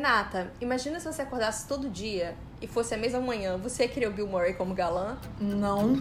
Renata, imagina se você acordasse todo dia e fosse a mesma manhã. Você queria o Bill Murray como galã? Não.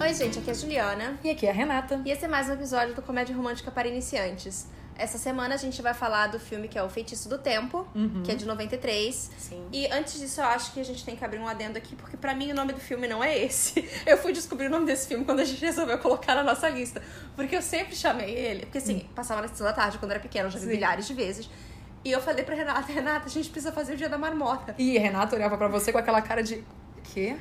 Oi, gente, aqui é a Juliana. E aqui é a Renata. E esse é mais um episódio do Comédia Romântica para Iniciantes. Essa semana a gente vai falar do filme que é O Feitiço do Tempo, que é de 93. Sim. E antes disso, eu acho que a gente tem que abrir um adendo aqui, porque pra mim o nome do filme não é esse. Eu fui descobrir o nome desse filme quando a gente resolveu colocar na nossa lista. Porque eu sempre chamei ele, porque assim, passava na sessão da tarde quando eu era pequena, eu já vi Sim. milhares de vezes. E eu falei pra Renata, Renata, a gente precisa fazer o Dia da Marmota. E a Renata olhava pra você com aquela cara de. Quê?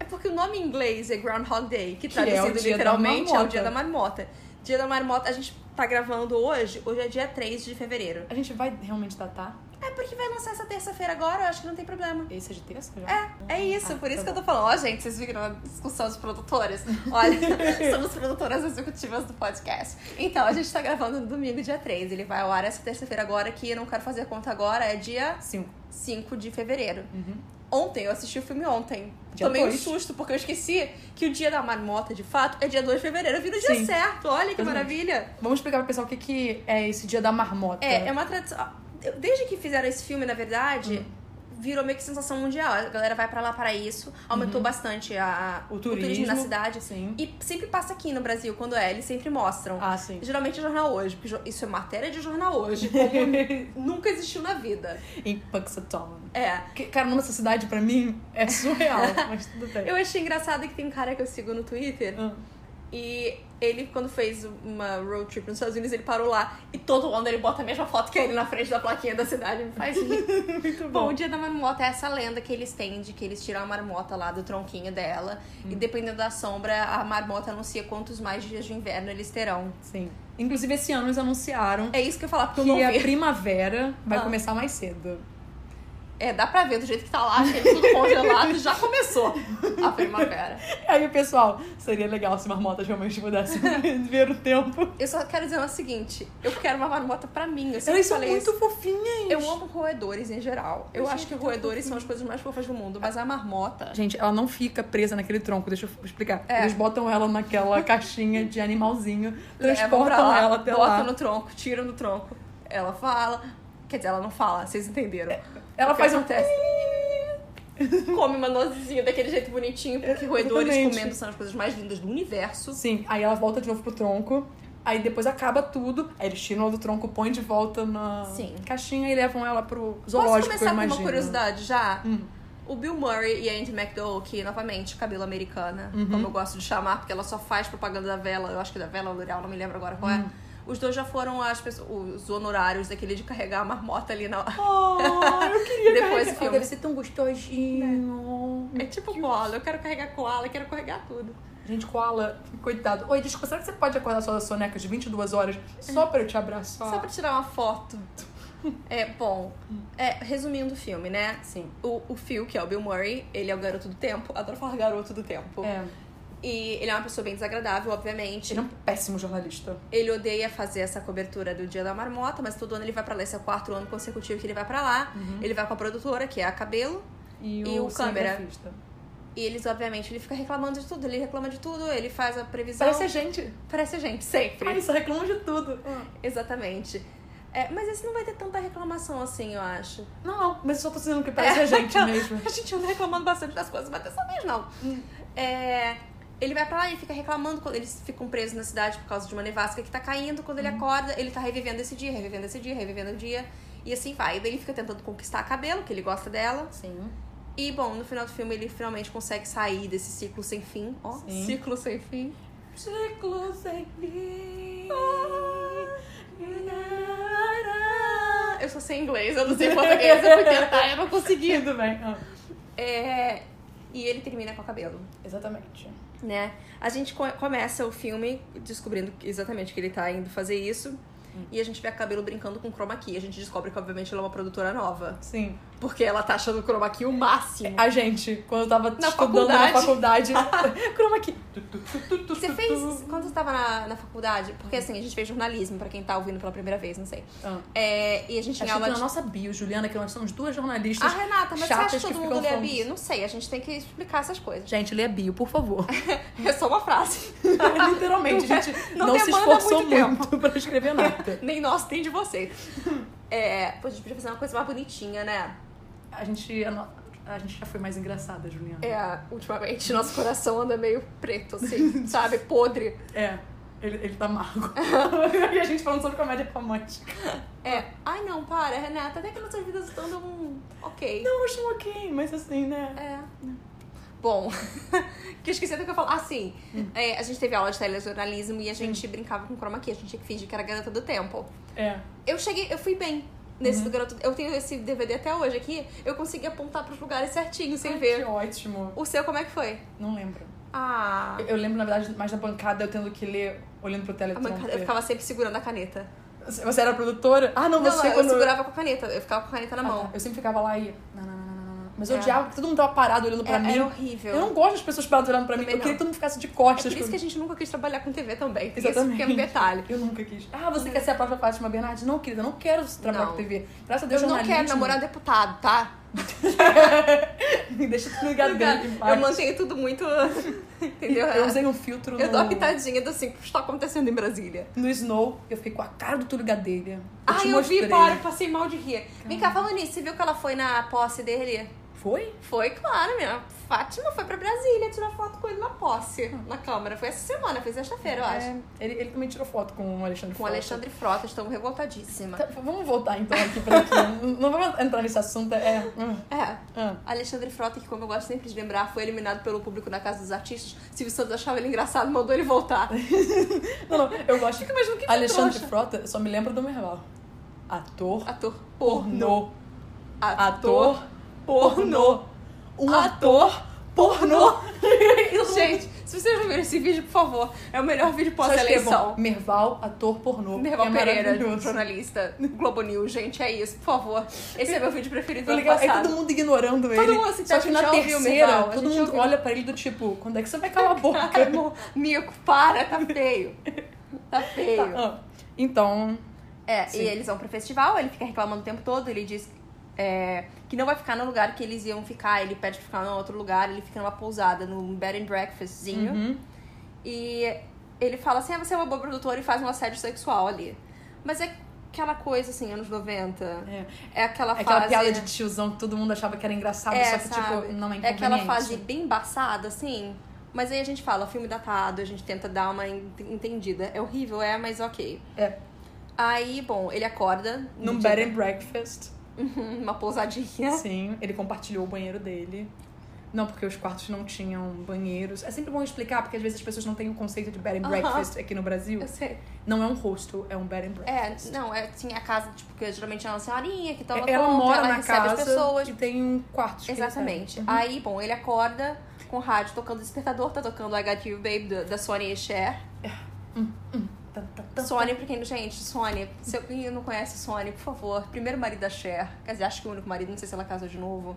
É porque o nome em inglês é Groundhog Day, que, Que traduzido é o dia da literalmente é o marmota. Dia da Marmota. Dia da Marmota, a gente tá gravando hoje, hoje é dia 3 de fevereiro. A gente vai realmente datar? É porque vai lançar essa terça-feira agora, eu acho que não tem problema. Esse é de terça já? É, é isso, Ah, por isso tá que eu tô falando. Ó, gente, vocês viram a discussão dos produtores? Olha, somos produtoras executivas do podcast. Então, a gente tá gravando no domingo, dia 3. Ele vai ao ar essa terça-feira agora, que eu não quero fazer conta agora, é dia Cinco. 5 de fevereiro. Uhum. Ontem, eu assisti o filme ontem. Dia Tomei um dois. susto, porque eu esqueci que o dia da marmota, de fato, é dia 2 de fevereiro. Eu vi no dia Sim. certo, olha que Exatamente. maravilha. Vamos explicar pro pessoal o que, que é esse dia da marmota. É, é uma tradição. Desde que fizeram esse filme, na verdade, Uhum. virou meio que sensação mundial. A galera vai pra lá para isso. Aumentou bastante a, Uhum. O na turismo. cidade. Sim. E sempre passa aqui no Brasil, quando é, eles sempre mostram. Ah, sim. Geralmente é jornal hoje, porque jo- isso é matéria de jornal hoje, como nunca existiu na vida. em Puxaton. É. Que- Cara, o nome dessa cidade pra mim é surreal, mas tudo bem. Eu achei engraçado que tem um cara que eu sigo no Twitter Ah. E ele, quando fez uma road trip nos Estados Unidos, ele parou lá. E todo ano ele bota a mesma foto que ele na frente da plaquinha da cidade. Me faz rir. Muito bom. o dia da marmota é essa lenda que eles têm de que eles tiram a marmota lá do tronquinho dela. E dependendo da sombra, a marmota anuncia quantos mais dias de inverno eles terão. Sim. Inclusive, esse ano eles anunciaram É isso que eu ia falar, porque eu não que a vi. primavera vai Ah. começar mais cedo. É, dá pra ver do jeito que tá lá, aquele tudo congelado, já começou a primavera. Aí, pessoal, seria legal se marmotas realmente pudessem ver o tempo. Eu só quero dizer o seguinte, eu quero uma marmota pra mim. assim, Eu sempre Elas são falei isso. é muito fofinhas. Eu amo roedores em geral. Eu Ai, acho gente, que tão roedores são as coisas mais fofas do mundo, mas a marmota. Gente, ela não fica presa naquele tronco, deixa eu explicar. É. Eles botam ela naquela caixinha de animalzinho, levam é, pra transportam lá, ela até botam lá. no tronco, tiram no tronco. Ela fala. Quer dizer, ela não fala, vocês entenderam. Ela O que faz um acontece? Come uma nozinha daquele jeito bonitinho, porque roedores Exatamente. comendo são as coisas mais lindas do universo. Sim, aí ela volta de novo pro tronco. Aí depois acaba tudo, aí eles tiram ela do tronco, põem de volta na Sim. caixinha e levam ela pro Posso zoológico, começar eu com uma imagino. curiosidade já? Hum. O Bill Murray e a Andy McDowell, que novamente, cabelo americana, como eu gosto de chamar, porque ela só faz propaganda da vela, eu acho que da vela ou L'Oreal, não me lembro agora qual é. Os dois já foram as pessoas- os honorários daquele de carregar a marmota ali na. Oh, eu queria Depois carregar- do filme. Ah, Deve ser tão gostosinho. É tipo koala, eu quero carregar koala, eu quero carregar tudo. Gente, koala, coitado. Oi, desculpa, será que você pode acordar só da soneca de 22 horas só pra eu te abraçar? É. Só pra tirar uma foto. É, bom, é, resumindo o filme, né? Sim. O, o Phil, que é o Bill Murray, ele é o garoto do tempo. Adoro falar garoto do tempo. É, E ele é uma pessoa bem desagradável, obviamente. ele é um péssimo jornalista. Ele odeia fazer essa cobertura do Dia da Marmota, mas todo ano ele vai pra lá. Esse é o quarto ano consecutivo que ele vai pra lá. Uhum. Ele vai com a produtora, que é a Cabelo. E o, Então- E o câmera. cinegrafista. E eles, obviamente, ele fica reclamando de tudo. Ele reclama de tudo, ele faz a previsão. Parece a gente. Parece a gente, sempre. Ah, isso reclama de tudo. Exatamente. É, mas esse não vai ter tanta reclamação assim, eu acho. Não, mas eu só tô dizendo que parece a gente mesmo. A gente anda reclamando bastante das coisas, mas dessa vez não. É, ele vai pra lá e fica reclamando quando eles ficam presos na cidade por causa de uma nevasca que tá caindo. Quando ele acorda, ele tá revivendo esse dia, revivendo esse dia, revivendo o dia. E assim vai. E daí ele fica tentando conquistar a cabelo, que ele gosta dela. Sim. E bom, no final do filme ele finalmente consegue sair desse ciclo sem fim. Ó, Sim. ciclo sem fim. Ciclo sem fim. Eu sou sem inglês, eu não sei português, eu fui tentar, eu não consegui. Tudo bem. Ah, É, e ele termina com a cabelo. exatamente. né? A gente co- começa o filme descobrindo exatamente que ele tá indo fazer Hum. isso. E a gente vê a Cabelo brincando com chroma key. A gente descobre que, obviamente, ela é uma produtora nova. Sim. Porque ela tá achando o chroma key o máximo. A gente, quando eu tava Na estudando na faculdade, chroma aqui. Você fez. Quando você tava na, na faculdade? Porque assim, a gente fez jornalismo, pra quem tá ouvindo pela primeira vez, não sei. Ah. É, e a gente Acho tinha que aula na de. nossa bio, Juliana, que nós somos duas Ah, jornalistas. Renata, mas você chatas acha que que todo ficam mundo lê a falando bio? Não sei, a gente tem que explicar essas coisas. Gente, lê a bio, por favor. É só uma frase. Literalmente, a gente Não não, se demanda esforçou muito tempo. muito, pra escrever nada. Nem nós tem de vocês. É, pô, a gente podia fazer uma coisa mais bonitinha, né? A gente, a, no- a gente já foi mais engraçada, Juliana. É, ultimamente nosso coração anda meio preto, assim, sabe? Podre. É, ele, ele tá amargo. e a gente falando sobre comédia romântica. É, ai não, para, Renata, até que nossas vidas estão dando um ok. Não, Então, eu acho ok, mas assim, né? É. Bom, que eu esqueci do que eu falo. Ah, sim. Hum. É, a gente teve aula de telejornalismo e a gente brincava com chroma key. A gente tinha que fingir que era a garota do tempo. É. Eu cheguei, eu fui bem nesse Uhum. do garoto. Eu tenho esse DVD até hoje aqui. Eu consegui apontar pros lugares certinho, sem Ai, ver. Ah, Que ótimo. O seu, como é que foi? Não lembro. Ah, Eu- Eu lembro, na verdade, mais da bancada eu tendo que ler olhando pro a Teleprompter. bancada, eu ficava sempre segurando a caneta. Você era produtora? Ah, não, Não, você eu quando... segurava com a caneta. Eu ficava com a caneta na Ah, tá. mão. Eu sempre ficava lá e... Não, não, não, não, não, não. Mas eu É. odiava porque todo mundo tava parado olhando pra É- mim. era horrível. Eu não gosto das pessoas paradas olhando pra mim. Também Eu queria não. que todo mundo ficasse de É costas. por isso que a gente nunca quis trabalhar com TV também. Tem Exatamente. esse pequeno um detalhe. Eu nunca quis. Ah, você quer ser a própria Fátima Bernardes? Não, querida, eu não quero trabalhar Não. com TV. Graças a Deus, Eu não jornalismo- quero namorar deputado, tá? Me deixa tudo ligado em Eu paz. mantenho tudo muito. Entendeu? Eu usei um filtro Eu no... dou a pitadinha do assim, o que está acontecendo em Brasília? no Snow. Eu fiquei com a cara do Túlio Gadelha. Eu Ah, te eu mostrei. vi, para, eu passei mal de rir. Vem cá, falando nisso, você viu que ela foi na posse dele? Foi? Foi, claro, minha. Fátima foi pra Brasília tirar foto com ele na posse, na Câmara. Foi essa semana, foi sexta-feira, eu acho. É, ele, ele também tirou foto com o Alexandre Com o Frota. Alexandre Frota, estou revoltadíssima. Tá, vamos voltar então aqui pra aqui. não vamos entrar nesse assunto. É. hum, É. hum. Alexandre Frota, que como eu gosto sempre de lembrar, foi eliminado pelo público na Casa dos Artistas. Silvio Santos achava ele engraçado, mandou ele voltar. Não, não, eu gosto. Fica imaginando que Alexandre trouxa. Frota, eu só me lembro do Merval. Ator Ator pornô. pornô. Ator pornô. Um ator pornô. Gente, se vocês não viram esse vídeo, por favor, é o melhor vídeo Só escrevam pós-eleição. Merval, ator pornô. Merval é Pereira, né? maravilhoso. jornalista, Globo News, gente, é isso, por favor. Esse é meu vídeo preferido do ano Foi legal. Aí todo passado. mundo ignorando Todo ele. mundo, assim, Só tá, que a na gente já ouviu o terceira, Merval, a todo gente já mundo ouviu. olha pra ele do tipo, quando é que você vai calar a boca? Amor, Mico, para, tá feio. Tá feio. Ah, então, É, Sim. e eles vão pro festival, ele fica reclamando o tempo todo, ele diz é, que não vai ficar no lugar que eles iam ficar, ele pede pra ficar em outro lugar, ele fica numa pousada, num bed and breakfastzinho. Uhum. E ele fala assim, ah, você é uma boa produtora e faz um assédio sexual ali. Mas é aquela coisa, assim, anos 90. É. É aquela fase... É Aquela piada de tiozão que todo mundo achava que era engraçado, É, só que, sabe? tipo, não é É aquela inconveniente. fase bem embaçada, assim. Mas aí a gente fala, filme datado, a gente tenta dar uma en- entendida. É horrível, é, mas ok. É. Aí, bom, ele acorda. no Num dia- bed and breakfast. Uhum, uma pousadinha. Sim, ele compartilhou o banheiro dele. Não, porque os quartos não tinham banheiros. É sempre bom explicar, porque às vezes as pessoas não têm o conceito de bed and Aham. breakfast aqui no Brasil. Eu sei. Não é um hostel, é um bed and breakfast. É, não, é assim, a casa, tipo, que geralmente é uma senhorinha que toma É- ela conta, mora ela na recebe casa as pessoas. e tem um quarto. que ele Uhum. Exatamente. serve. Aí, bom, ele acorda com o rádio tocando o despertador, tá tocando I Got You Babe da, da Sony Cher. Tá, tá, tá. Sony, pra quem não. Gente, Sony, se alguém não conhece Sony, por favor, primeiro marido da Cher. Quer dizer, acho que o único marido, não sei se ela casou de novo.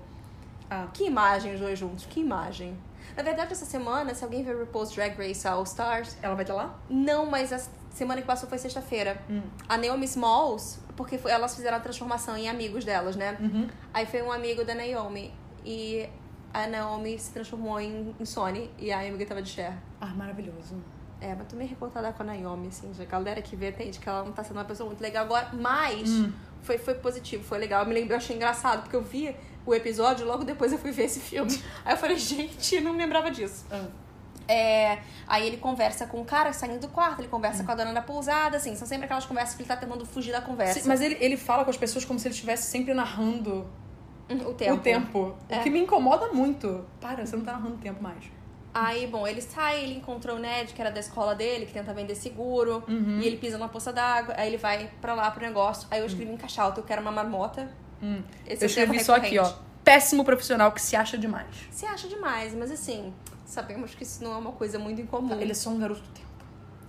Ah. Que imagem os dois juntos, que imagem. Na verdade, essa semana, se alguém ver RuPaul's Drag Race All Stars, Ela vai estar lá? não, mas a semana que passou foi sexta-feira. Hum. A Naomi Smalls, porque foi- elas fizeram a transformação em amigos delas, né? Uhum. Aí foi um amigo da Naomi. E a Naomi se transformou em, em Sony e a amiga tava de Cher. Ah, maravilhoso. É, mas tô meio revoltada com a Naomi, assim. A galera que vê entende que ela não tá sendo uma pessoa muito legal agora. Mas foi, foi positivo, foi legal. Eu me lembro, eu achei engraçado, porque eu vi o episódio logo depois eu fui ver esse filme. Aí eu falei, gente, eu não me lembrava disso. Ah. É, aí ele conversa com o cara tá saindo do quarto, ele conversa com a dona da pousada, assim, são sempre aquelas conversas que ele tá tentando fugir da conversa. Sim, mas ele, ele fala com as pessoas como se ele estivesse sempre narrando Hum, o tempo. o tempo. né? É. O que me incomoda muito. Para, você não tá narrando o tempo mais. Aí, bom, ele sai, ele encontrou o Ned, que era da escola dele, que tenta vender seguro, Uhum. e ele pisa numa poça d'água, aí ele vai pra lá pro negócio. Aí eu escrevi em caixa alta, eu quero uma marmota. Esse Hum. eu é o tema escrevi só aqui, ó. recorrente. Péssimo profissional que se acha demais. Se Tá, acha demais, mas assim, sabemos que isso não é uma coisa muito incomum. Ele é só um garoto do tempo.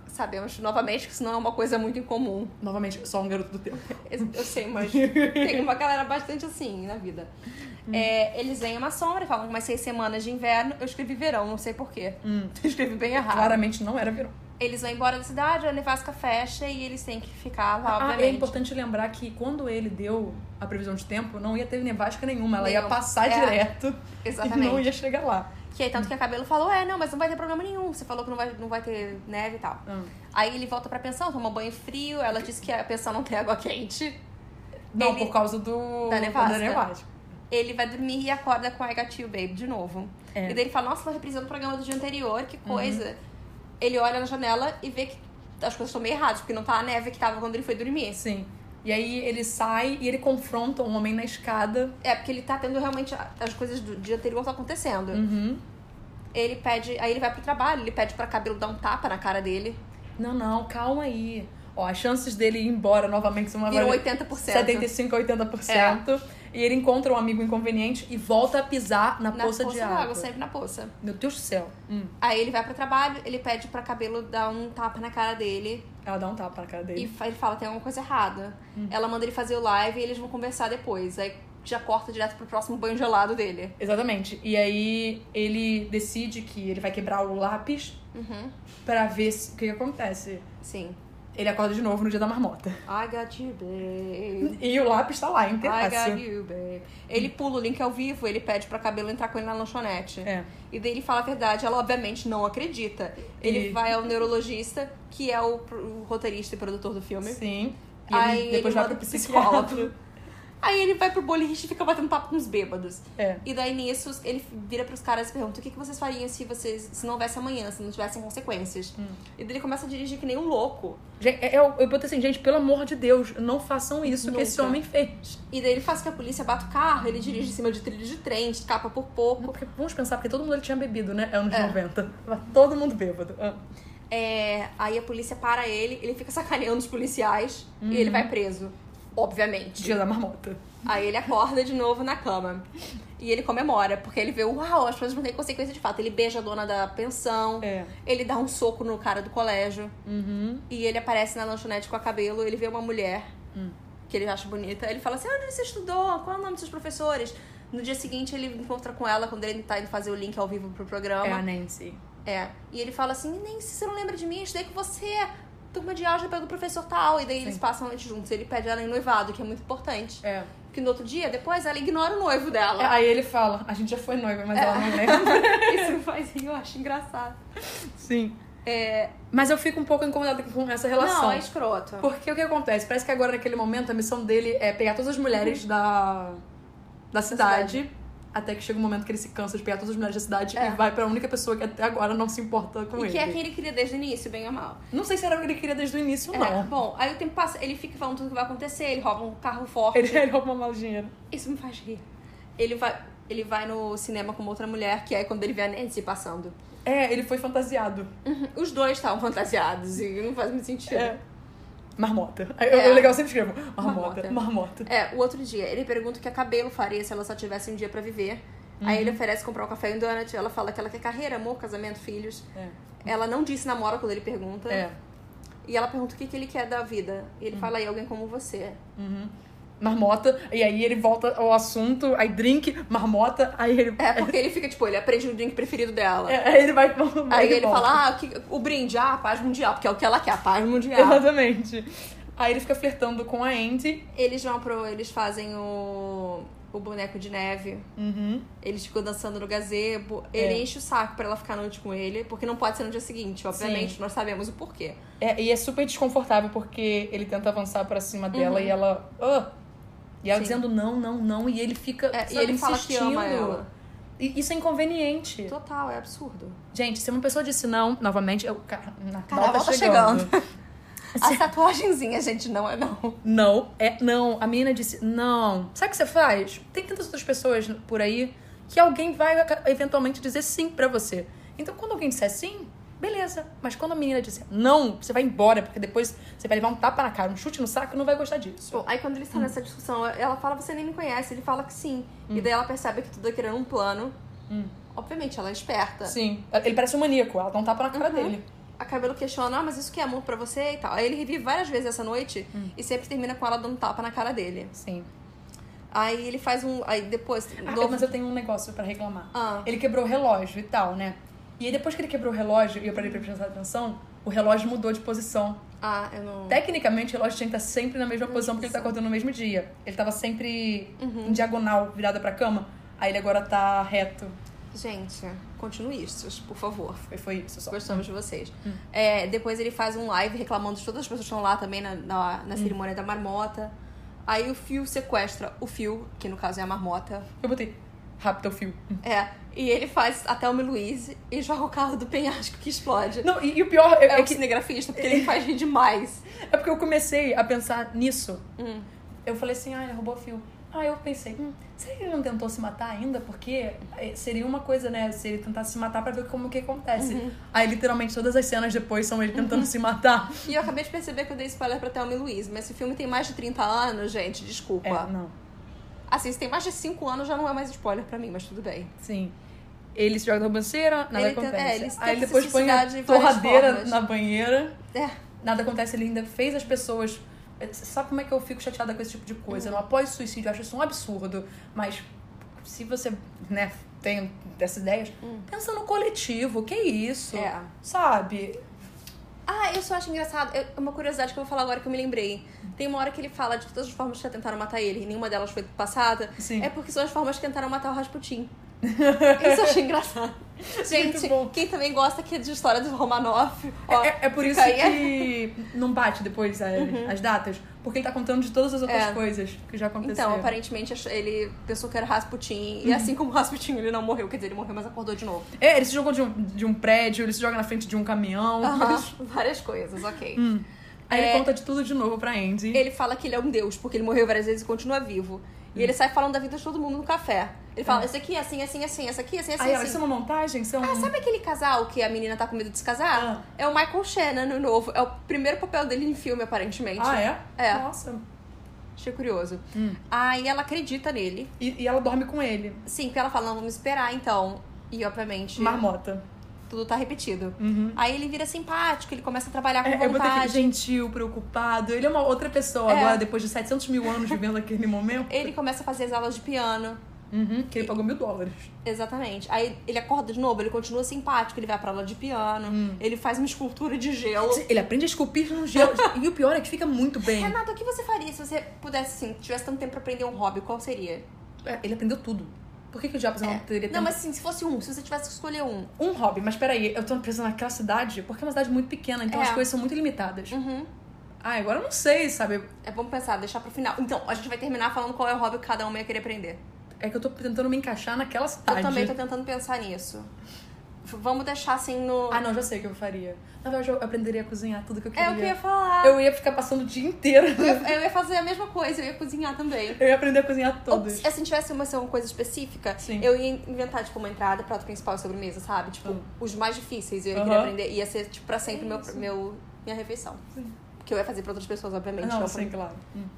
Sabemos novamente que isso não é uma coisa muito incomum. Novamente, só um garoto do tempo. Eu eu sei, mas tem uma galera bastante assim na vida. É, eles vêm uma sombra e falam umas seis semanas de inverno. Eu escrevi verão, não sei porquê. Hum. Escrevi bem errado. Claramente não era verão. Eles vão embora da cidade, a nevasca fecha e eles têm que ficar lá, Ah, é obviamente. importante lembrar que quando ele deu a previsão de tempo, não ia ter nevasca nenhuma. Ela ia Nenhuma. passar É. direto Exatamente. e não ia chegar lá. Que aí, tanto que a Cabelo falou, é, não, mas não vai ter problema nenhum. Você falou que não vai, não vai ter neve e tal. Hum. Aí ele volta pra pensão, toma banho frio. Ela disse que a pensão não tem água quente. Não, Ele- por causa do... Da nevasca. Da nevasca. Ele vai dormir e acorda com a gatilho baby de novo. É. Uhum. E daí ele fala, nossa, tá reprisando o programa do dia anterior, que coisa. Ele olha na janela e vê que as coisas estão meio erradas, porque não tá a neve que tava quando ele foi dormir. Sim. E aí ele sai e ele confronta um homem na escada. É, porque ele tá tendo realmente a- as coisas do dia anterior estão acontecendo. Uhum. Ele pede, aí ele vai pro trabalho, ele pede pra cabelo dar um tapa na cara dele. Não, não, calma aí. Ó, as chances dele ir embora novamente são uma Virou varia- 80%. 75 a 80%. E ele encontra um amigo inconveniente e volta a pisar na, na poça, de água. sempre na poça. Meu Deus do céu. Hum. Aí ele vai pro trabalho, ele pede pra cabelo dar um tapa na cara dele Ela dá um tapa na cara dele. e fa- ele fala tem alguma coisa errada. Uhum. Ela manda ele fazer o live e eles vão conversar depois. Aí já corta direto pro próximo banho gelado dele. Exatamente. E aí ele decide que ele vai quebrar o lápis Uhum. pra ver se- o que, que acontece. Sim. Ele acorda de novo no dia da marmota. I got you, babe. E o lápis tá lá, I got inteiraço. you, babe. Ele pula o link ao vivo, ele pede pra cabelo entrar com ele na lanchonete. É. E daí ele fala a verdade, ela obviamente não acredita. Ele E- vai ao neurologista, que é o, pro- o roteirista e produtor do filme. Sim. E Aí ele depois ele vai manda pro pro psicólogo. psicólogo. Aí ele vai pro boliche e fica batendo papo com os bêbados. É. E daí nisso, ele vira pros caras e pergunta: o que, que vocês fariam se vocês se não houvesse amanhã, se não tivessem consequências? E daí ele começa a dirigir que nem um louco. Gente, é- é- eu, eu botei assim, gente, pelo amor de Deus, não façam isso que Nunca. esse homem fez. E daí ele faz que a polícia bata o carro, ele dirige em cima de trilho de trem, escapa por pouco. Porque, vamos pensar, porque todo mundo ele tinha bebido, né? Anos 90. Tava Todo mundo bêbado. Ah. É, aí a polícia para ele, ele fica sacaneando os policiais e ele vai preso. Obviamente. Dia da marmota. Aí ele acorda de novo na cama. E ele comemora, porque ele vê, uau, as coisas não têm consequência de fato. Ele beija a dona da pensão, É. ele dá um soco no cara do colégio. Uhum. E ele aparece na lanchonete com a cabelo, ele vê uma mulher que ele acha bonita. Ele fala assim: onde você estudou? Qual é o nome dos seus professores? No dia seguinte ele encontra com ela quando ele tá indo fazer o link ao vivo pro É a programa. Nancy. É. E ele fala assim: nem se você não lembra de mim, eu estudei com você. Turma de álgebra pelo professor tal. E daí eles passam a noite juntos. Ele pede ela em noivado, que é muito importante. É. Que no outro dia, depois, ela ignora o noivo dela. Aí ele fala, a gente já foi noiva, mas ela não lembra. É, Isso faz rir, eu acho engraçado. Sim. Mas eu fico um pouco incomodada com essa relação. É, Não, é escroto. Porque o que acontece? Parece que agora, naquele momento, a missão dele é pegar todas as Uhum. mulheres da, da cidade. Até que chega um momento que ele se cansa de pegar todas as mulheres da cidade É. e vai pra única pessoa que até agora não se importa com E ele. que é quem ele queria desde o início, bem ou mal. Não sei se era o que ele queria desde o início ou É, não. bom, aí o tempo passa, ele fica falando tudo que vai acontecer, ele rouba um carro forte. Ele, ele rouba uma mala de dinheiro. Isso me faz rir. Ele vai, ele vai no cinema com uma outra mulher, que é quando ele vê a Nancy passando. É, ele foi fantasiado. Uhum, Os dois estavam fantasiados e não faz muito sentido. É. Marmota. Aí É. Eu, eu legal eu sempre escrevo. Marmota. Marmota, marmota. É, o outro dia, ele pergunta o que a cabelo faria se ela só tivesse um dia pra viver. Aí Uhum. ele oferece comprar um café e um donut, ela fala que ela quer carreira, amor, casamento, filhos. É. Ela não disse namora quando ele pergunta. É. Hum. E ela pergunta o que, que ele quer da vida. E ele fala, aí alguém como você. Marmota. E aí ele volta ao assunto, aí drink, marmota, aí ele. É, porque ele fica, tipo, ele aprende o drink preferido dela. É, aí ele vai. Aí ele, volta. fala, ah, o, que, o brinde, ah, a paz mundial, porque é o que ela quer, a paz mundial. Exatamente. Aí ele fica flertando com a Andy. eles vão pro. Eles fazem o. o boneco de neve. Uhum. Eles ficam dançando no gazebo. Ele enche o saco pra ela ficar a noite com ele, porque não pode ser no dia seguinte, obviamente, nós sabemos o porquê. É, e é super desconfortável porque ele tenta avançar pra cima dela e ela. "Ah!" E ela Uhum. Sim. dizendo não, não, não. E ele fica. É, e sabe, ele fala que ama insistindo. ela. E isso é inconveniente. Total, é absurdo. Gente, se uma pessoa disse não, novamente, eu. Cara, Natal Carnaval tá tá chegando. A tatuagenzinha, gente, não é não. Não, é não. A menina disse não. Sabe o que você faz? Tem tantas outras pessoas por aí que alguém vai aca- eventualmente dizer sim pra você. Então, quando alguém disser sim, beleza. Mas quando a menina disser não, você vai embora, porque depois você vai levar um tapa na cara, um chute no saco e não vai gostar disso. Bom, Tipo, aí quando eles estão nessa discussão, ela fala, você nem me conhece. Ele fala que sim. E daí ela percebe que tudo é querendo um plano. Obviamente, ela é esperta. Sim. Ele parece um maníaco, ela dá um tapa na cara Uhum. dele. a Cabelo questiona, ah, mas isso que é amor pra você e tal. Aí ele revive várias vezes essa noite Hum. e sempre termina com ela dando um tapa na cara dele. Sim. Aí ele faz um. Aí depois. Ah, novo- mas eu tenho um negócio pra reclamar. Ah. Ele quebrou o relógio e tal, né? E aí depois que ele quebrou o relógio e eu parei pra prestar atenção, o relógio mudou de posição. Ah, eu não. Tecnicamente, o relógio tinha que estar sempre na mesma posição porque ele tá acordando no mesmo dia. Ele tava sempre em diagonal, virado pra cama. Aí ele agora tá reto. Gente, continue isso, por favor. Foi, foi isso só. Gostamos de vocês. Hum. É, depois ele faz um live reclamando de todas as pessoas que estão lá também na, na, Hum. na cerimônia da marmota. Aí o Phil sequestra o Phil, que no caso é a marmota. Eu botei. Rápido o fio. É, e ele faz até o Luiz e joga o carro do penhasco que explode. Não, e, e o pior é, É, é o que cinegrafista, porque ele faz rir demais. É porque eu comecei a pensar nisso. Eu falei assim, ah, ele roubou o fio. Aí eu pensei, hum, será que ele não tentou se matar ainda? Porque eh, seria uma coisa, né? Se ele tentasse se matar pra ver como que acontece. Aí literalmente todas as cenas depois são ele tentando se matar. E eu acabei de perceber que eu dei spoiler pra Thelma e Luiz, mas esse filme tem mais de 30 anos, gente, desculpa. É, não. Assim, se tem mais de 5 anos já não é mais spoiler pra mim, mas tudo bem. Sim. Ele se joga na banheira, nada Ele tenta- acontece. é, ele tenta Aí ele se depois põe a suicidar de várias torradeira formas. na banheira. É, Nada acontece, ele ainda fez as pessoas. Sabe como é que eu fico chateada com esse tipo de coisa? Eu Uhum. não apoio suicídio, eu acho isso um absurdo. Mas se você, né, tem dessas ideias, pensa no coletivo, que isso? Hum. É. Sabe? Ah, eu só acho engraçado. Eu- uma curiosidade que eu vou falar agora que eu me lembrei. Tem uma hora que ele fala de todas as formas que já tentaram matar ele e nenhuma delas foi passada. Sim. É porque são as formas que tentaram matar o Rasputin. Isso eu achei engraçado. Gente, é Muito bom. quem também gosta aqui de história do Romanov, ó, é, é por isso fica aí. Uhum. que não bate depois a- as datas, porque ele tá contando de todas as outras É. coisas que já aconteceram. Então, aparentemente ach- ele pensou que era Rasputin. E assim como o Rasputin, ele não morreu. Quer dizer, ele morreu, mas acordou de novo. É, ele se jogou de um, de um prédio, ele se joga na frente de um caminhão. mas- Aham, Várias coisas, ok. Hum. Aí É. ele conta de tudo de novo pra Andy. Ele fala que ele é um deus, porque ele morreu várias vezes e continua vivo. E ele sai falando da vida de todo mundo no café. Ele fala, esse aqui é assim, assim, assim, essa aqui é assim, assim, Aí ela, Ah. isso assim. é uma montagem? Isso é um... Ah, sabe aquele casal que a menina tá com medo de se casar? Ah. É o Michael Shannon, no novo. É o primeiro papel dele em filme, aparentemente. Ah, é? Hum. É. Nossa. Achei curioso. Aí ela acredita nele. E, e ela dorme com ele. Sim, porque ela fala, não, vamos esperar, então. E, obviamente, Marmota. tudo tá repetido. Aí ele vira simpático, ele começa a trabalhar com Uhum. É, eu botei aquele vontade. gentil, preocupado. Ele é uma outra pessoa É. agora, depois de 700 mil anos vivendo aquele momento. Ele começa a fazer as aulas de piano. Uhum, que ele pagou mil dólares. Exatamente. Aí ele acorda de novo, ele continua simpático, ele vai pra aula de piano, Hum. ele faz uma escultura de gelo. Ele aprende a esculpir num gelo. e o pior é que fica muito bem. Renato, o que você faria se você pudesse, assim, tivesse tanto tempo pra aprender um hobby? Qual seria? É, Ele aprendeu tudo. Por que, que o Jobs não teria Não, tempo? mas assim, se fosse um, se você tivesse que escolher um. Um hobby, mas peraí, eu tô presa naquela cidade, porque é uma cidade muito pequena, então É. Uhum. as coisas são muito limitadas. Ah, agora eu não sei, sabe? É bom pensar, deixar pro final. Então, a gente vai terminar falando qual é o hobby que cada um ia querer aprender. É que eu tô tentando me encaixar naquela cidade. Eu também tô tentando pensar nisso. F- Vamos deixar assim no. Ah, não, já sei o que eu faria. Na verdade, eu aprenderia a cozinhar tudo que eu queria. é o que eu ia falar. Eu ia ficar passando o dia inteiro. Eu ia fazer a mesma coisa, eu ia cozinhar também. Eu ia aprender a cozinhar Ou, todos. se assim, tivesse uma, assim, uma coisa específica, Sim. eu ia inventar, tipo, uma entrada, prato principal e sobremesa, sabe? Tipo, Hum. os mais difíceis eu ia Aham. É querer aprender. Ia ser, tipo, pra sempre meu, meu, minha refeição. Sim. Que eu ia fazer pra outras pessoas, obviamente. Não, não pra sim, claro. mim.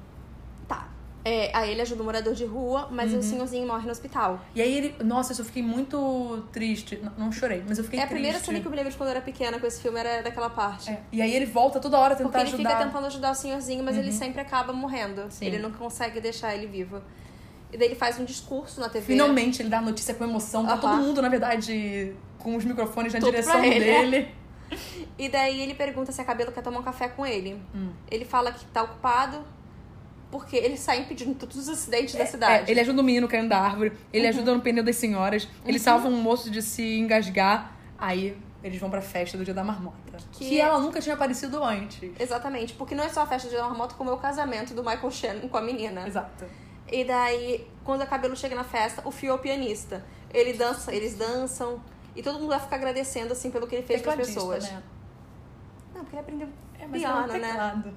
Tá. É, aí ele ajuda o morador de rua, mas Uhum. o senhorzinho morre no hospital. E aí ele. Nossa, isso eu fiquei muito triste. N- Não chorei, mas eu fiquei é a triste. primeira cena que eu me lembro de quando eu era pequena com esse filme, era daquela parte. É. E aí ele volta toda hora Porque tentar ele ajudar. Uhum. fica tentando ajudar o senhorzinho, mas ele sempre acaba morrendo. Sim. Ele não consegue deixar ele vivo. E daí ele faz um discurso na TV. Finalmente ele dá a notícia com emoção. Tá Aham. todo mundo, na verdade, com os microfones na Tudo pra direção ele, é. dele. E daí ele pergunta se a Cabelo quer tomar um café com ele. Hum. Ele fala que tá ocupado, porque ele sai impedindo todos os acidentes da cidade. É, ele ajuda o menino caindo da árvore, ele Uhum. ajuda no pneu das senhoras, ele salva um moço de se engasgar. Aí eles vão pra festa do dia da marmota. Que- é que ela nunca tinha aparecido antes. Exatamente, porque não é só a festa de marmota, como é o casamento do Michael Shannon com a menina. Exato. E daí, quando a Cabelo chega na festa, o Fio é o pianista. Ele dança, eles dançam, e todo mundo vai ficar agradecendo, assim, pelo que ele fez pras Tecladista, pessoas. Né? Não, porque ele aprendeu É, mas piano, era um né? teclado.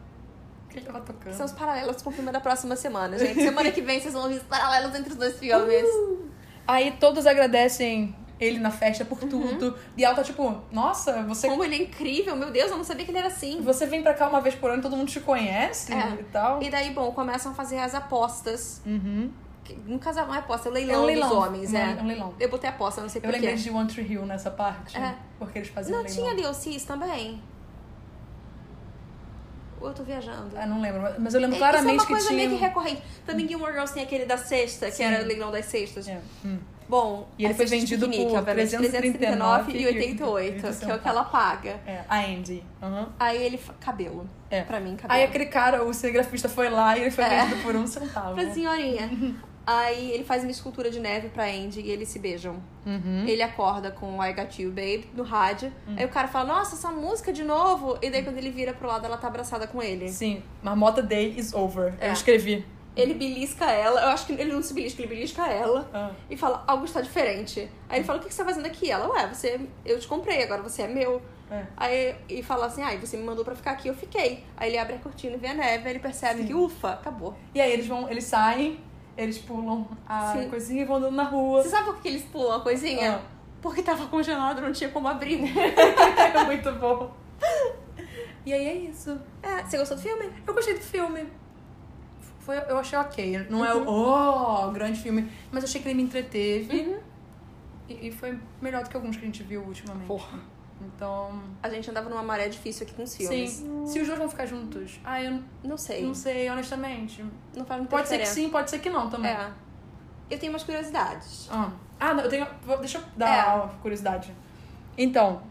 Que ele tava tocando. São os paralelos com o filme da próxima semana, gente. Semana que vem vocês vão ouvir os paralelos entre os dois filmes. Uh! Aí todos agradecem ele na festa por Uhum. tudo. E ela tá tipo, nossa, você, Como ele é incrível, meu Deus, eu não sabia que ele era assim. você vem pra cá uma vez por ano e todo mundo te conhece É. e tal. E daí, bom, começam a fazer as apostas. Um casamento, não é aposta, é o leilão, É um leilão. dos homens, É é. um- é um leilão. Eu botei aposta, não sei Eu porquê. lembrei de One Tree Hill nessa parte. É. Porque eles faziam Não leilão. tinha Lil Cis também? Ou eu tô viajando? Ah, não lembro. Mas eu lembro É, claramente Isso é uma coisa que tinha... um meio que recorrente. Também Gilmore Girls tem aquele da sexta, que Sim. era o leilão das sextas. É. Hum. Bom, E ele a foi cesta de vendido piquenique, por obviamente, 339 é e 88, que é então o que ela paga. É, a Andy. Aham. Aí ele... fa- Cabelo. É. Pra mim, cabelo. Aí aquele cara, o cinegrafista foi lá e ele foi É. vendido por um centavo. Pra senhorinha. Aí ele faz uma escultura de neve pra Andy e eles se beijam. Uhum. Ele acorda com I Got You, Babe, no rádio. Aí o cara fala, nossa, essa música de novo. E daí quando ele vira pro lado, ela tá abraçada com ele. Sim, Marmota Day is over. É. Eu escrevi. Ele belisca ela. Eu acho que ele não se belisca, ele belisca ela. Ah. E fala, algo está diferente. Aí ele fala, o que que você tá fazendo aqui? Ela, ué, você, eu te comprei, agora você é meu. É. Aí, e fala assim, ah, e você me mandou pra ficar aqui, eu fiquei. Aí ele abre a cortina e vê a neve, aí ele percebe Sim. que, ufa, acabou. E aí eles vão, eles saem, eles pulam a Sim. é. coisinha e vão andando na rua. Você sabe por que eles pulam a coisinha? Ah. Porque tava congelado, não tinha como abrir. É muito bom. E aí é isso. É, você gostou do filme? Eu gostei do filme. Foi, eu achei ok. Não é Uhum. o oh, grande filme, mas eu achei que ele me entreteve. E, e foi melhor do que alguns que a gente viu ultimamente. Porra. Então. A gente andava numa maré difícil aqui com os filmes. Sim. Se os dois vão ficar juntos. Ah, eu Não sei. não sei, honestamente. Não faz muita Pode ser que diferença. sim, pode ser que não também. É. Eu tenho umas curiosidades. Ah, Ah, não, eu tenho. vou- Deixa eu É. dar uma curiosidade. Então,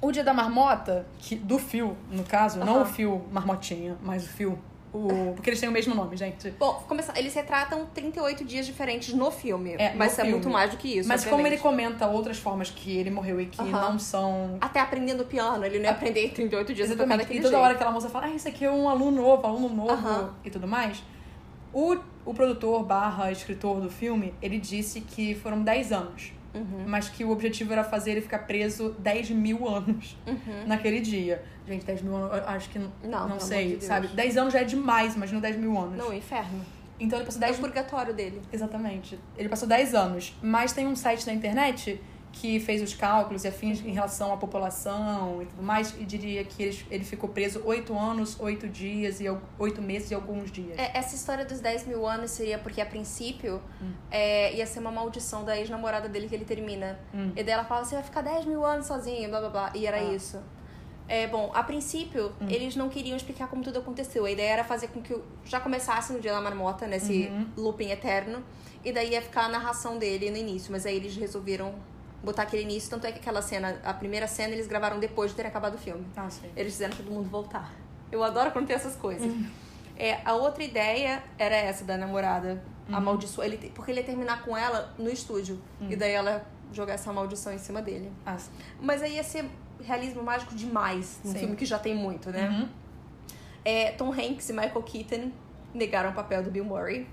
o dia da marmota, que, do fio, no caso, não Aham. o fio marmotinha, mas o fio. O, porque eles têm o mesmo nome, gente. Bom, começar, eles retratam 38 dias diferentes no filme. É, no mas é filme. muito mais do que isso. mas como ele obviamente. comenta outras formas que ele morreu e que Aham. não são. Até aprendendo piano, ele não ia aprender em 38 dias a tocar Ah, Exatamente. daquele E toda jeito. hora que aquela moça fala, ah, isso aqui é um aluno novo, aluno novo Aham. e tudo mais. O, o produtor barra escritor do filme, ele disse que foram 10 anos. Uhum. Mas que o objetivo era fazer ele ficar preso 10 mil anos naquele dia. Gente, 10 mil anos, eu acho que não, Uhum. Não, não, pelo amor de sei, Deus. sabe? 10 anos já é demais, imagina 10 mil anos. Não, o inferno. Então ele passou É 10 o purgatório dele. Exatamente. Ele passou 10 anos. Mas tem um site na internet que fez os cálculos e afins em relação à população e tudo mais, e diria que ele, ele ficou preso 8 anos, 8 dias e al- 8 meses e alguns dias. É, essa história dos 10 mil anos seria porque, a princípio, é, ia ser uma maldição da ex-namorada dele que ele termina. E daí ela fala, você vai ficar 10 mil anos sozinho, blá blá blá. E era Ah. isso. É, bom, a princípio, eles não queriam explicar como tudo aconteceu. A ideia era fazer com que eu já começasse no dia da marmota, nesse looping eterno. E daí ia ficar a narração dele no início. Mas aí eles resolveram botar aquele início. Tanto é que aquela cena, a primeira cena, eles gravaram depois de ter acabado o filme. Ah, sei. Eles fizeram todo mundo voltar. Eu adoro quando tem essas coisas. Uhum. É, a outra ideia era essa da namorada. Uhum. Amaldiçoar. Ele, porque ele ia terminar com ela no estúdio. Uhum. E daí ela jogar essa maldição em cima dele. Ah, sim. Mas aí ia ser realismo mágico demais. Num Sim. filme que já tem muito, né? Uhum. É, Tom Hanks e Michael Keaton negaram o papel do Bill Murray.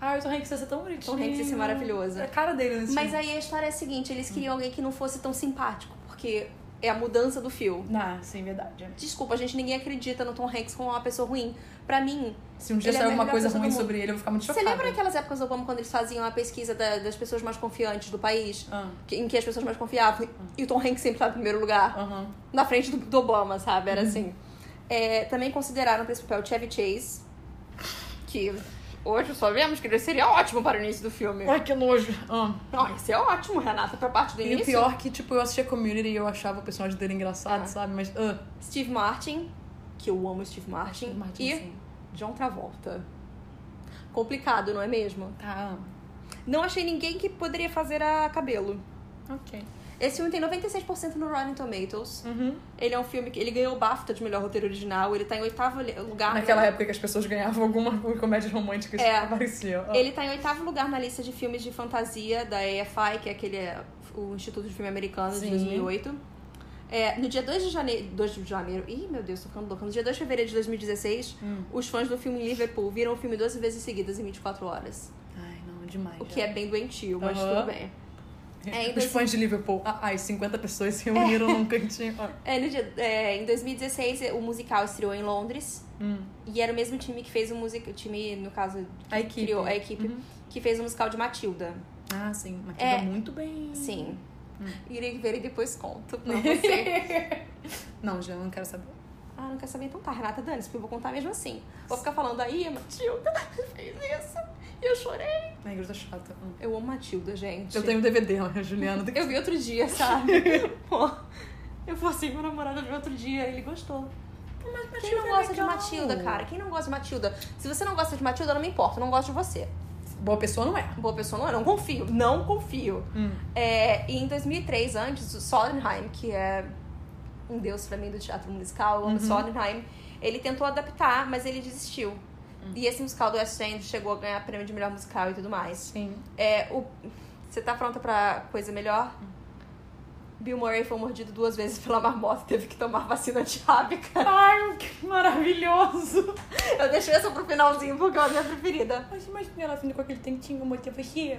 Ah, o Tom Hanks ia ser tão bonitinho. Tom Hanks ia ser maravilhoso. É A cara dele nesse Mas aí a história é a seguinte. Uhum. Eles queriam alguém que não fosse tão simpático. Porque é a mudança do fio. filme. Ah, sim, verdade. Desculpa, gente, ninguém acredita no Tom Hanks como uma pessoa ruim. Pra mim, Se um dia Ele é a sair alguma melhor coisa pessoa do ruim mundo. sobre ele, eu vou ficar muito Você chocada. lembra aquelas épocas do Obama quando eles faziam a pesquisa da- das pessoas mais confiantes do país? Ah. Que- em que as pessoas mais confiavam? E o Tom Hanks sempre estava em primeiro lugar, Aham. na frente do, do Obama, sabe? Era assim. É, também consideraram pra esse papel Chevy Chase, que hoje só vemos que ele seria ótimo para o início do filme. Ai, que nojo. Ah. Não, esse é ótimo, Renata, pra parte do É. E início. o pior que, tipo, eu assistia Community e eu achava o personagem dele engraçado, Ah. sabe? Mas, ah, Steve Martin, que eu amo Steve Martin, Steve Martin, e sim. John Travolta. Complicado, não é mesmo? tá, Não achei ninguém que poderia fazer a cabelo. ok. Esse filme tem 96% no Rotten Tomatoes. Uhum. Ele é um filme que ele ganhou o BAFTA de melhor roteiro original, ele tá em oitavo li- lugar. Naquela na... época que as pessoas ganhavam alguma comédia romântica que É. aparecia. Ah. Ele tá em oitavo lugar na lista de filmes de fantasia da EFI, que é aquele o Instituto de Filme Americano de Sim. 2008. É, no dia 2 de janeiro, 2 de janeiro. Ih, meu Deus, tô ficando louca. No dia 2 de fevereiro de 2016, Hum. os fãs do filme Liverpool viram o filme 12 vezes seguidas em 24 horas. Ai, não, demais. O que é bem doentio, mas Aham. tudo bem. É, em Os dois- fãs de Liverpool, ah, ai, 50 pessoas se reuniram num cantinho. Ah. É, no dia- é, em 2016, o musical estreou em Londres. Hum. E era o mesmo time que fez o musical. O time, no caso, A equipe. criou a equipe Uhum. que fez o musical de Matilda. Ah, sim. Mas É. tudo muito bem. Sim. Hum. Irei ver e depois conto pra você. Não, já não quero saber. ah, não quer saber? Então tá, Renata, dane porque eu vou contar mesmo assim. Vou ficar falando aí, a Matilda fez isso. E eu chorei. A igreja chata. Hum. Eu amo Matilda, gente. Eu tenho um DVD, olha, Juliana. tem que- Eu vi outro dia, sabe? Pô, eu passei meu namorado de outro dia, ele gostou. Mas Quem não Matilda é gosta de legal. Matilda, cara? Quem não gosta de Matilda? Se você não gosta de Matilda, eu não me importo, eu não gosto de você. Boa pessoa não é. Boa pessoa não é, não confio, não confio. É, e em 2003, antes, o Sondheim, que é um deus pra mim do teatro musical, o Sondheim, ele tentou adaptar, mas ele desistiu. E esse musical do West End chegou a ganhar prêmio de melhor musical e tudo mais. Sim. É, o... Você tá pronta pra coisa melhor? Bill Murray foi mordido duas vezes pela marmota e teve que tomar vacina antirrábica. Ai, que maravilhoso. Eu deixei essa pro finalzinho porque é a minha preferida. Mas imagina ela vindo com aquele tantinho, uma você.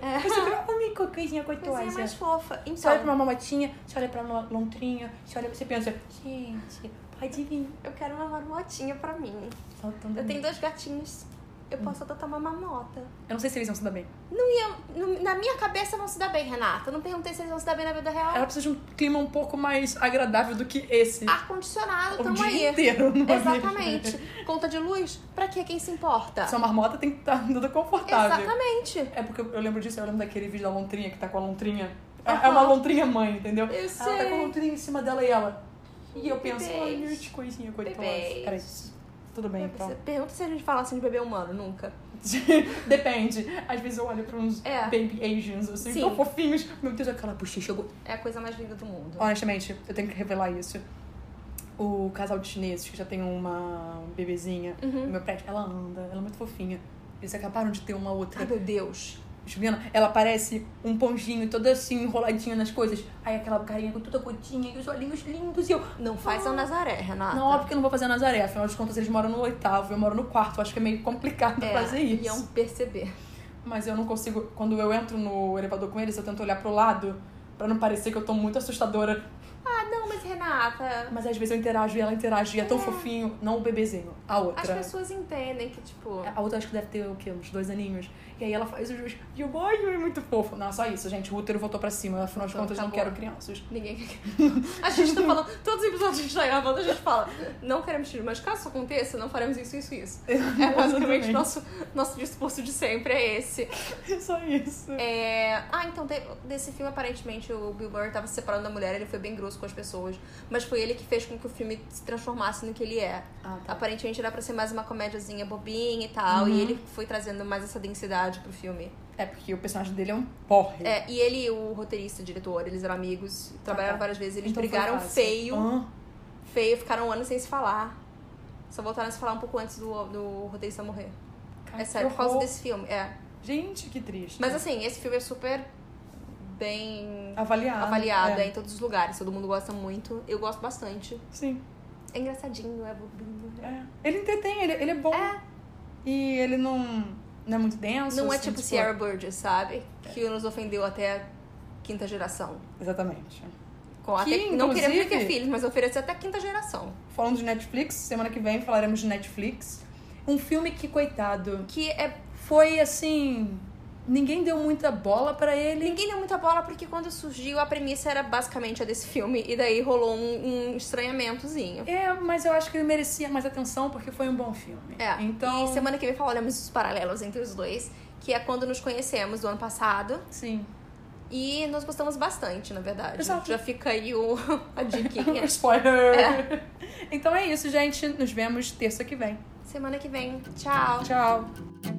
É. Você vira uma coisinha coitosa. Mas é mais fofa. Você olha pra Então, uma mamotinha, você olha pra uma lontrinha, você olha você pensa, gente, pode vir. eu quero uma marmotinha pra mim. Faltando Eu tenho muito. dois gatinhos. Eu Hum. posso adotar uma marmota. Eu não sei se eles vão se dar bem. Não ia. não- na minha cabeça vão se dar bem, Renata. Eu não perguntei se eles vão se dar bem na vida real. Ela precisa de um clima um pouco mais agradável do que esse. Ar-condicionado, o tamo dia aí. inteiro, não é mesmo? Exatamente. Conta de luz? Pra quê? Quem se importa? Sua marmota tem que estar toda confortável. Exatamente. É porque eu eu lembro disso, eu lembro daquele vídeo da lontrinha que tá com a lontrinha. É é uma Aham. lontrinha mãe, entendeu? Eu Ela tá com a sei. lontrinha em cima dela e ela. E eu penso, ai, Bebês. meu de coisinha coitosa. Bebês. Peraí. Tudo bem, então. Pergunta se a gente fala assim de bebê humano, nunca. Depende. Às vezes eu olho pra uns É. baby Asians, assim, Sim. tão fofinhos. Meu Deus, aquela bochecha. go- É a coisa mais linda do mundo. Honestamente, eu tenho que revelar isso. O casal de chineses, que já tem uma bebezinha Uhum. no meu prédio, ela anda, ela é muito fofinha. Eles acabaram de ter uma outra. Ai, meu Deus. Juliana, ela parece um ponjinho, toda assim, enroladinha nas coisas. Aí aquela carinha com toda gotinha e os olhinhos lindos e eu... Não faz a Nazaré, Renata. Ah. Não, óbvio que eu não vou fazer a Nazaré. Afinal de contas, eles moram no oitavo, eu moro no quarto. Eu acho que é meio complicado é, fazer isso. Iam perceber. Mas eu não consigo... Quando eu entro no elevador com eles, eu tento olhar pro lado... Pra não parecer que eu tô muito assustadora. Ah, não, mas Renata. Mas às vezes eu interajo e ela interage. E é tão fofinho. Não o bebezinho, a As outra. É. pessoas entendem que, tipo. A outra acho que deve ter o quê? Uns dois aninhos. E aí ela faz os... E o boy é muito fofo. Não, só isso, gente. O útero voltou pra cima. Afinal de Então, contas, não acabou. quero crianças. Ninguém A gente tá falando. Todos os episódios que a gente tá gravando, a gente fala. Não queremos filho, mas caso isso aconteça, não faremos isso, isso, isso. É basicamente Exatamente. nosso, nosso discurso de sempre é esse. Só isso. É, Ah, então, te- desse filme, aparentemente, o Bill Murray tava se separando da mulher, ele foi bem grosso com as pessoas. Mas foi ele que fez com que o filme se transformasse no que ele é. Ah, tá. Aparentemente era pra ser mais uma comédiazinha bobinha e tal, Uhum. e ele foi trazendo mais essa densidade pro filme. É porque o personagem dele é um porre. É, e ele, o roteirista, o diretor, eles eram amigos, trabalharam tá. várias vezes, eles Então foi brigaram fácil. feio, Ah, feio, ficaram um ano sem se falar. Só voltaram a se falar um pouco antes do, do roteirista morrer. cara, é sério, que por causa horror. desse filme, é. Gente, que triste. Mas assim, esse filme é super bem avaliado. avaliado é. É. em todos os lugares. Todo mundo gosta muito. Eu gosto bastante. Sim. É engraçadinho, é bobinho. É. Ele entretém, ele, ele é bom. É. E ele não, não é muito denso. Não é assim, tipo Sierra Burgess, sabe? É. Que nos ofendeu até a quinta geração. Exatamente. Com Que, até... Não queremos inclusive- ter filhos, mas oferecer até a quinta geração. Falando de Netflix, semana que vem falaremos de Netflix. Um filme que, coitado, Que é... foi assim. Ninguém deu muita bola pra ele. ninguém deu muita bola porque quando surgiu a premissa era basicamente a desse filme. E daí rolou um, um estranhamentozinho. É, mas eu acho que ele merecia mais atenção porque foi um bom filme. É. Então. E semana que vem falaremos os paralelos entre os dois. Que é quando nos conhecemos do ano passado. Sim. E nós gostamos bastante, na verdade. Exato. Já fica aí o... a diquinha. Spoiler! é Então é isso, gente. Nos vemos terça que vem. Semana que vem. Tchau. Tchau!